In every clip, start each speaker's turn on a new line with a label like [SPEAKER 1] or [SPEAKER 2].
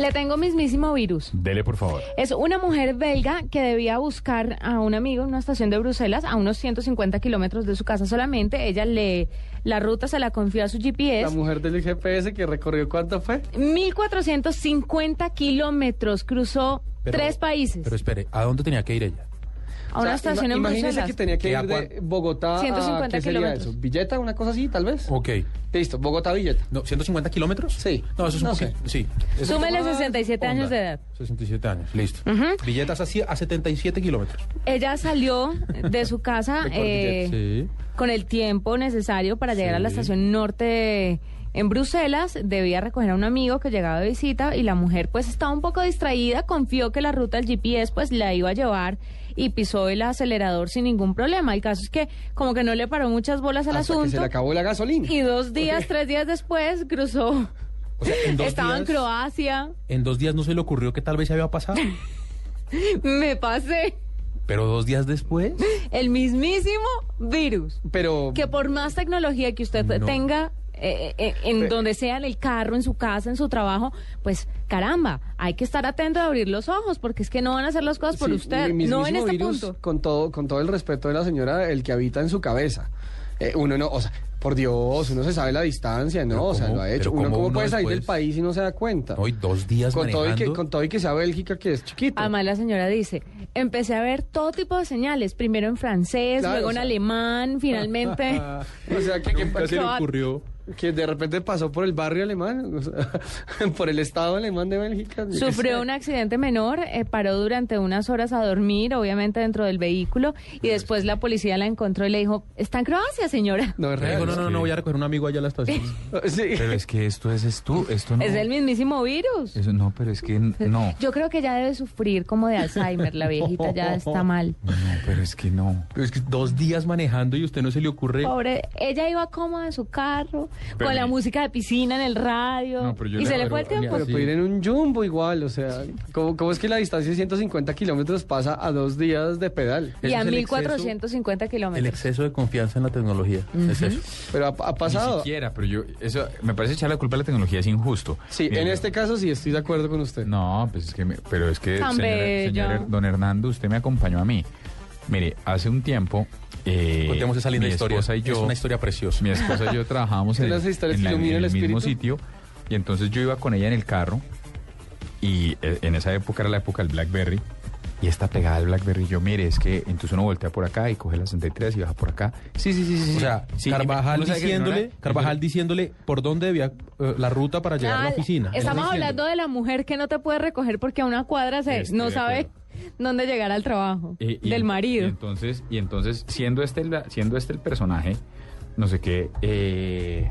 [SPEAKER 1] Le tengo mismísimo virus.
[SPEAKER 2] Mm.
[SPEAKER 3] Dele, por favor.
[SPEAKER 1] Es una mujer belga que debía buscar a un amigo en una estación de Bruselas a unos 150 kilómetros de su casa solamente. Ella le la ruta se la confió a su
[SPEAKER 2] La
[SPEAKER 1] GPS.
[SPEAKER 2] mujer del GPS que recorrió cuánto fue.
[SPEAKER 1] 1450 kilómetros cruzó
[SPEAKER 4] Pero-
[SPEAKER 1] tres países
[SPEAKER 4] Pero espere, ¿a dónde tenía que ir ella?
[SPEAKER 1] a una
[SPEAKER 2] O sea,
[SPEAKER 1] estación
[SPEAKER 2] ima-
[SPEAKER 1] en
[SPEAKER 2] imagínese
[SPEAKER 1] Bruselas.
[SPEAKER 2] que tenía que
[SPEAKER 4] ¿Queda
[SPEAKER 2] ir de
[SPEAKER 4] cuán-
[SPEAKER 2] Bogotá
[SPEAKER 1] 150
[SPEAKER 2] a ¿qué sería
[SPEAKER 1] kilómetros.
[SPEAKER 2] eso? Villeta, una cosa así, tal vez.
[SPEAKER 4] Ok.
[SPEAKER 2] Listo, Bogotá Villeta.
[SPEAKER 4] No, ¿150 kilómetros?
[SPEAKER 2] Sí.
[SPEAKER 4] No, eso es un
[SPEAKER 2] No
[SPEAKER 4] poquito.
[SPEAKER 2] sé.
[SPEAKER 4] Sí. Eso
[SPEAKER 1] Súmele
[SPEAKER 4] es una
[SPEAKER 1] 67 años
[SPEAKER 4] onda.
[SPEAKER 1] de edad.
[SPEAKER 4] 67 años, listo. Billetas así a 77 kilómetros.
[SPEAKER 1] Ella salió de su casa
[SPEAKER 2] De Cordillera,
[SPEAKER 1] eh,
[SPEAKER 4] Sí.
[SPEAKER 1] con el tiempo necesario para llegar a la
[SPEAKER 4] Sí.
[SPEAKER 1] estación norte de- en Bruselas. Debía recoger a un amigo que llegaba de visita y la mujer pues estaba un poco distraída, confió que la ruta del GPS pues la iba a llevar y pisó el acelerador sin ningún problema. El caso es que como que no le paró muchas bolas al
[SPEAKER 2] Hasta que se
[SPEAKER 1] asunto.
[SPEAKER 2] le acabó la gasolina.
[SPEAKER 1] Y dos días, tres días después cruzó.
[SPEAKER 4] O sea, en dos
[SPEAKER 1] Estaba en
[SPEAKER 4] días-
[SPEAKER 1] Croacia,
[SPEAKER 4] En dos días no se le ocurrió que tal vez se había pasado.
[SPEAKER 1] me pasé
[SPEAKER 4] Pero dos días después.
[SPEAKER 1] el mismísimo virus.
[SPEAKER 2] Pero
[SPEAKER 1] que por más tecnología que usted
[SPEAKER 4] No.
[SPEAKER 1] tenga eh, eh, en
[SPEAKER 2] Pe-
[SPEAKER 1] donde sea, en el carro, en su casa, en su trabajo, pues caramba, hay que estar atento de abrir los ojos porque es que no van a hacer las cosas por
[SPEAKER 2] sí,
[SPEAKER 1] usted,
[SPEAKER 2] mi
[SPEAKER 1] no en
[SPEAKER 2] mismísimo
[SPEAKER 1] este
[SPEAKER 2] virus,
[SPEAKER 1] punto.
[SPEAKER 2] Con todo, con todo el respeto de la señora, el que habita en su cabeza. Eh, uno no, o sea, por Dios, uno se sabe la distancia, ¿no?
[SPEAKER 4] Pero
[SPEAKER 2] o sea,
[SPEAKER 4] cómo-
[SPEAKER 2] lo ha hecho.
[SPEAKER 4] pero
[SPEAKER 2] Uno,
[SPEAKER 4] cómo
[SPEAKER 2] ¿cómo
[SPEAKER 4] uno
[SPEAKER 2] puede salir
[SPEAKER 4] después-
[SPEAKER 2] del país y no se da cuenta?
[SPEAKER 4] Hoy dos días
[SPEAKER 2] con, todo y
[SPEAKER 4] manejando.
[SPEAKER 2] que, con todo y que sea Bélgica, que es chiquito.
[SPEAKER 1] Además la señora dice, empecé a ver todo tipo de señales, primero en francés,
[SPEAKER 2] Claro,
[SPEAKER 1] luego
[SPEAKER 2] o
[SPEAKER 1] en
[SPEAKER 2] sea.
[SPEAKER 1] alemán, finalmente.
[SPEAKER 2] o sea, que, que-
[SPEAKER 4] Nunca se le
[SPEAKER 1] Croacia.
[SPEAKER 4] ocurrió.
[SPEAKER 2] que de repente pasó por el barrio alemán, o sea, por el estado alemán de Bélgica. yo qué sé.
[SPEAKER 1] Sufrió un accidente menor, eh, paró durante unas horas a dormir, obviamente dentro del vehículo, y después la policía la encontró y le dijo, está en Croacia, señora.
[SPEAKER 2] No, es
[SPEAKER 4] Le digo,
[SPEAKER 2] real.
[SPEAKER 4] no, no, no, no, voy a recoger un amigo allá a la estación.
[SPEAKER 2] Sí.
[SPEAKER 5] Pero es que esto es esto, esto no.
[SPEAKER 1] Es el mismísimo virus.
[SPEAKER 5] Eso no, pero es que n- no.
[SPEAKER 1] Yo creo que ya debe sufrir como de Alzheimer, la viejita ya está mal.
[SPEAKER 5] No, pero es que no.
[SPEAKER 4] Pero es que dos días manejando y a usted no se le ocurre.
[SPEAKER 1] Pobre, ella iba cómoda en su carro,
[SPEAKER 5] Pero
[SPEAKER 1] con la
[SPEAKER 5] mi-
[SPEAKER 1] música de piscina en el radio,
[SPEAKER 5] No, pero yo
[SPEAKER 1] y
[SPEAKER 5] le-
[SPEAKER 1] se le
[SPEAKER 4] pero-
[SPEAKER 1] fue el tiempo.
[SPEAKER 2] Pero
[SPEAKER 4] Sí.
[SPEAKER 2] puede ir en un jumbo igual, o sea, ¿cómo, cómo es que la distancia de 150 kilómetros pasa a dos días de pedal?
[SPEAKER 1] Y
[SPEAKER 4] Ese
[SPEAKER 1] a
[SPEAKER 4] es el
[SPEAKER 1] 1450
[SPEAKER 4] El
[SPEAKER 1] kilómetros.
[SPEAKER 4] exceso de confianza en la tecnología. Es eso.
[SPEAKER 2] Pero ha, ha
[SPEAKER 5] Ni
[SPEAKER 2] pasado.
[SPEAKER 5] siquiera, pero yo, eso me parece echar la culpa a la tecnología es injusto.
[SPEAKER 2] Sí,
[SPEAKER 5] Mire,
[SPEAKER 2] en
[SPEAKER 5] yo-
[SPEAKER 2] este caso sí estoy de acuerdo con usted.
[SPEAKER 5] No, pues es que, me- pero es que,
[SPEAKER 1] Tan
[SPEAKER 5] señor, señor
[SPEAKER 1] bello.
[SPEAKER 5] Her- don Hernando, usted me acompañó a mí. Mire, hace un tiempo. Eh,
[SPEAKER 4] Contemos esa linda
[SPEAKER 5] mi
[SPEAKER 4] historia.
[SPEAKER 5] esposa y yo,
[SPEAKER 4] es una historia preciosa.
[SPEAKER 5] Mi esposa y yo trabajábamos
[SPEAKER 2] Son
[SPEAKER 5] en,
[SPEAKER 2] las historias que
[SPEAKER 5] en la- en
[SPEAKER 2] iluminan
[SPEAKER 5] el
[SPEAKER 2] el
[SPEAKER 5] mismo
[SPEAKER 2] espíritu.
[SPEAKER 5] sitio. Y entonces yo iba con ella en el carro. Y eh, en esa época era la época del Blackberry. Y está pegada al Blackberry. Yo, mire, es que entonces uno voltea por acá y coge la 63 y baja por acá. Sí, sí, sí. sí
[SPEAKER 4] O
[SPEAKER 5] sí.
[SPEAKER 4] sea,
[SPEAKER 5] Sí,
[SPEAKER 4] Carvajal
[SPEAKER 5] uno sabe que
[SPEAKER 4] diciéndole,
[SPEAKER 5] ignora-
[SPEAKER 4] Carvajal diciéndole por dónde debía eh, la ruta para llegar a la
[SPEAKER 1] Ah,
[SPEAKER 4] oficina.
[SPEAKER 1] Estamos
[SPEAKER 4] Él diciendo.
[SPEAKER 1] hablando de la mujer que no te puede recoger porque a una cuadra se,
[SPEAKER 5] Estoy
[SPEAKER 1] no
[SPEAKER 5] de
[SPEAKER 1] sabe
[SPEAKER 5] acuerdo.
[SPEAKER 1] dónde llegar al trabajo,
[SPEAKER 5] Eh, y
[SPEAKER 1] del
[SPEAKER 5] en- Y
[SPEAKER 1] marido.
[SPEAKER 5] entonces, y entonces siendo, este la- siendo este el personaje, no sé qué, eh,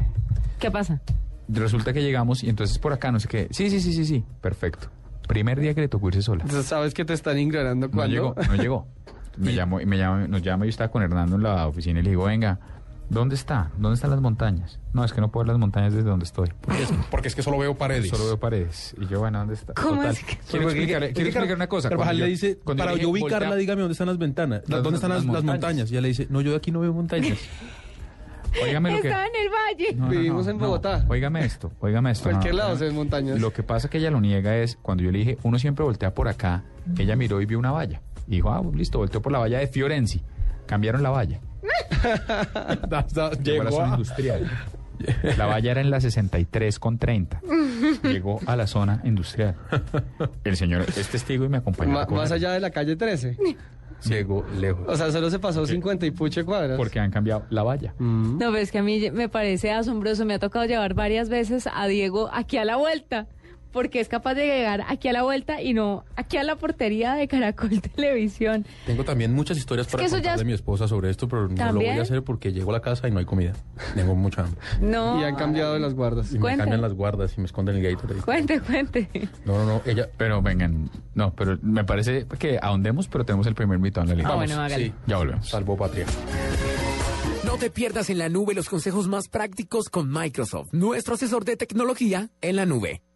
[SPEAKER 1] ¿Qué pasa?
[SPEAKER 5] resulta que llegamos y entonces por acá, no sé qué. Sí, sí, sí, sí, sí, perfecto. Primer día que le tocó irse sola.
[SPEAKER 2] Entonces, ¿Sabes que te están ignorando
[SPEAKER 5] No
[SPEAKER 2] cuando?
[SPEAKER 5] llegó, no llegó. Me llamó, y me llama, nos llama y yo estaba con Hernando en la oficina y le digo, venga, ¿dónde está? ¿Dónde están las montañas? No, es que no puedo ver las montañas desde donde estoy.
[SPEAKER 4] Porque es, porque es que solo veo paredes.
[SPEAKER 5] Solo veo paredes. Y yo, bueno, ¿dónde está?
[SPEAKER 1] ¿Cómo
[SPEAKER 5] Total.
[SPEAKER 1] es que-
[SPEAKER 5] Quiero
[SPEAKER 4] Porque-
[SPEAKER 5] explicarle,
[SPEAKER 4] porque
[SPEAKER 5] quiero
[SPEAKER 4] Car-
[SPEAKER 5] explicarle una cosa.
[SPEAKER 4] Carvajal
[SPEAKER 5] Cuando
[SPEAKER 4] le
[SPEAKER 5] yo-
[SPEAKER 4] dice,
[SPEAKER 5] cuando
[SPEAKER 4] para
[SPEAKER 5] dije,
[SPEAKER 4] yo ubicarla,
[SPEAKER 5] "Voltea".
[SPEAKER 4] dígame dónde están las ventanas.
[SPEAKER 5] Las-
[SPEAKER 4] ¿Dónde están las,
[SPEAKER 5] las
[SPEAKER 4] las
[SPEAKER 5] montañas.
[SPEAKER 4] montañas? Ya le dice, no, yo de aquí no veo montañas.
[SPEAKER 5] Óigame lo que...
[SPEAKER 1] Estaba en el valle.
[SPEAKER 5] No, no,
[SPEAKER 2] Vivimos en Bogotá.
[SPEAKER 5] Óigame esto, óigame esto.
[SPEAKER 2] Cualquier
[SPEAKER 5] no,
[SPEAKER 2] lado
[SPEAKER 5] no.
[SPEAKER 2] se ven montañas.
[SPEAKER 5] Lo que pasa que ella lo niega es cuando yo le dije, uno siempre voltea por acá, ella miró y vio una valla. Y dijo, ah, listo, volteó por la valla de Fiorenzi. Cambiaron la valla.
[SPEAKER 4] Hasta
[SPEAKER 5] Llegó a la
[SPEAKER 4] Llegó
[SPEAKER 5] zona
[SPEAKER 4] a-
[SPEAKER 5] industrial. La valla era en la 63 con 30. Llegó a la zona industrial. El señor es testigo y me acompañó. a
[SPEAKER 2] Ma-
[SPEAKER 5] recoger.
[SPEAKER 2] más allá de la calle 13.
[SPEAKER 4] Llegó lejos.
[SPEAKER 2] O sea, solo se pasó 50 y puche cuadras.
[SPEAKER 5] Porque han cambiado la valla.
[SPEAKER 2] Mm.
[SPEAKER 1] No, pero es que a mí me parece asombroso. Me ha tocado llevar varias veces a Diego aquí a la vuelta. porque es capaz de llegar aquí a la vuelta y no aquí a la portería de Caracol Televisión.
[SPEAKER 4] Tengo también muchas historias para
[SPEAKER 1] que eso
[SPEAKER 4] contar
[SPEAKER 1] ya es-
[SPEAKER 4] de mi esposa sobre esto, pero no lo voy
[SPEAKER 1] ¿También?
[SPEAKER 4] a hacer porque llego a la casa y no hay comida. Tengo mucha hambre.
[SPEAKER 1] No.
[SPEAKER 2] Y han cambiado las guardas.
[SPEAKER 4] Y
[SPEAKER 1] Cuente.
[SPEAKER 4] me cambian las guardas y me esconden el Gatorade.
[SPEAKER 1] Cuente, cuente.
[SPEAKER 4] No, no, no. Ella.
[SPEAKER 5] Pero vengan, no, pero me parece que ahondemos, pero tenemos el primer mito en la línea.
[SPEAKER 1] Ah, bueno, hágale.
[SPEAKER 4] sí,
[SPEAKER 5] Ya volvemos.
[SPEAKER 4] salvo patria.
[SPEAKER 6] No te pierdas en la nube los consejos más prácticos con Microsoft, nuestro asesor de tecnología en la nube.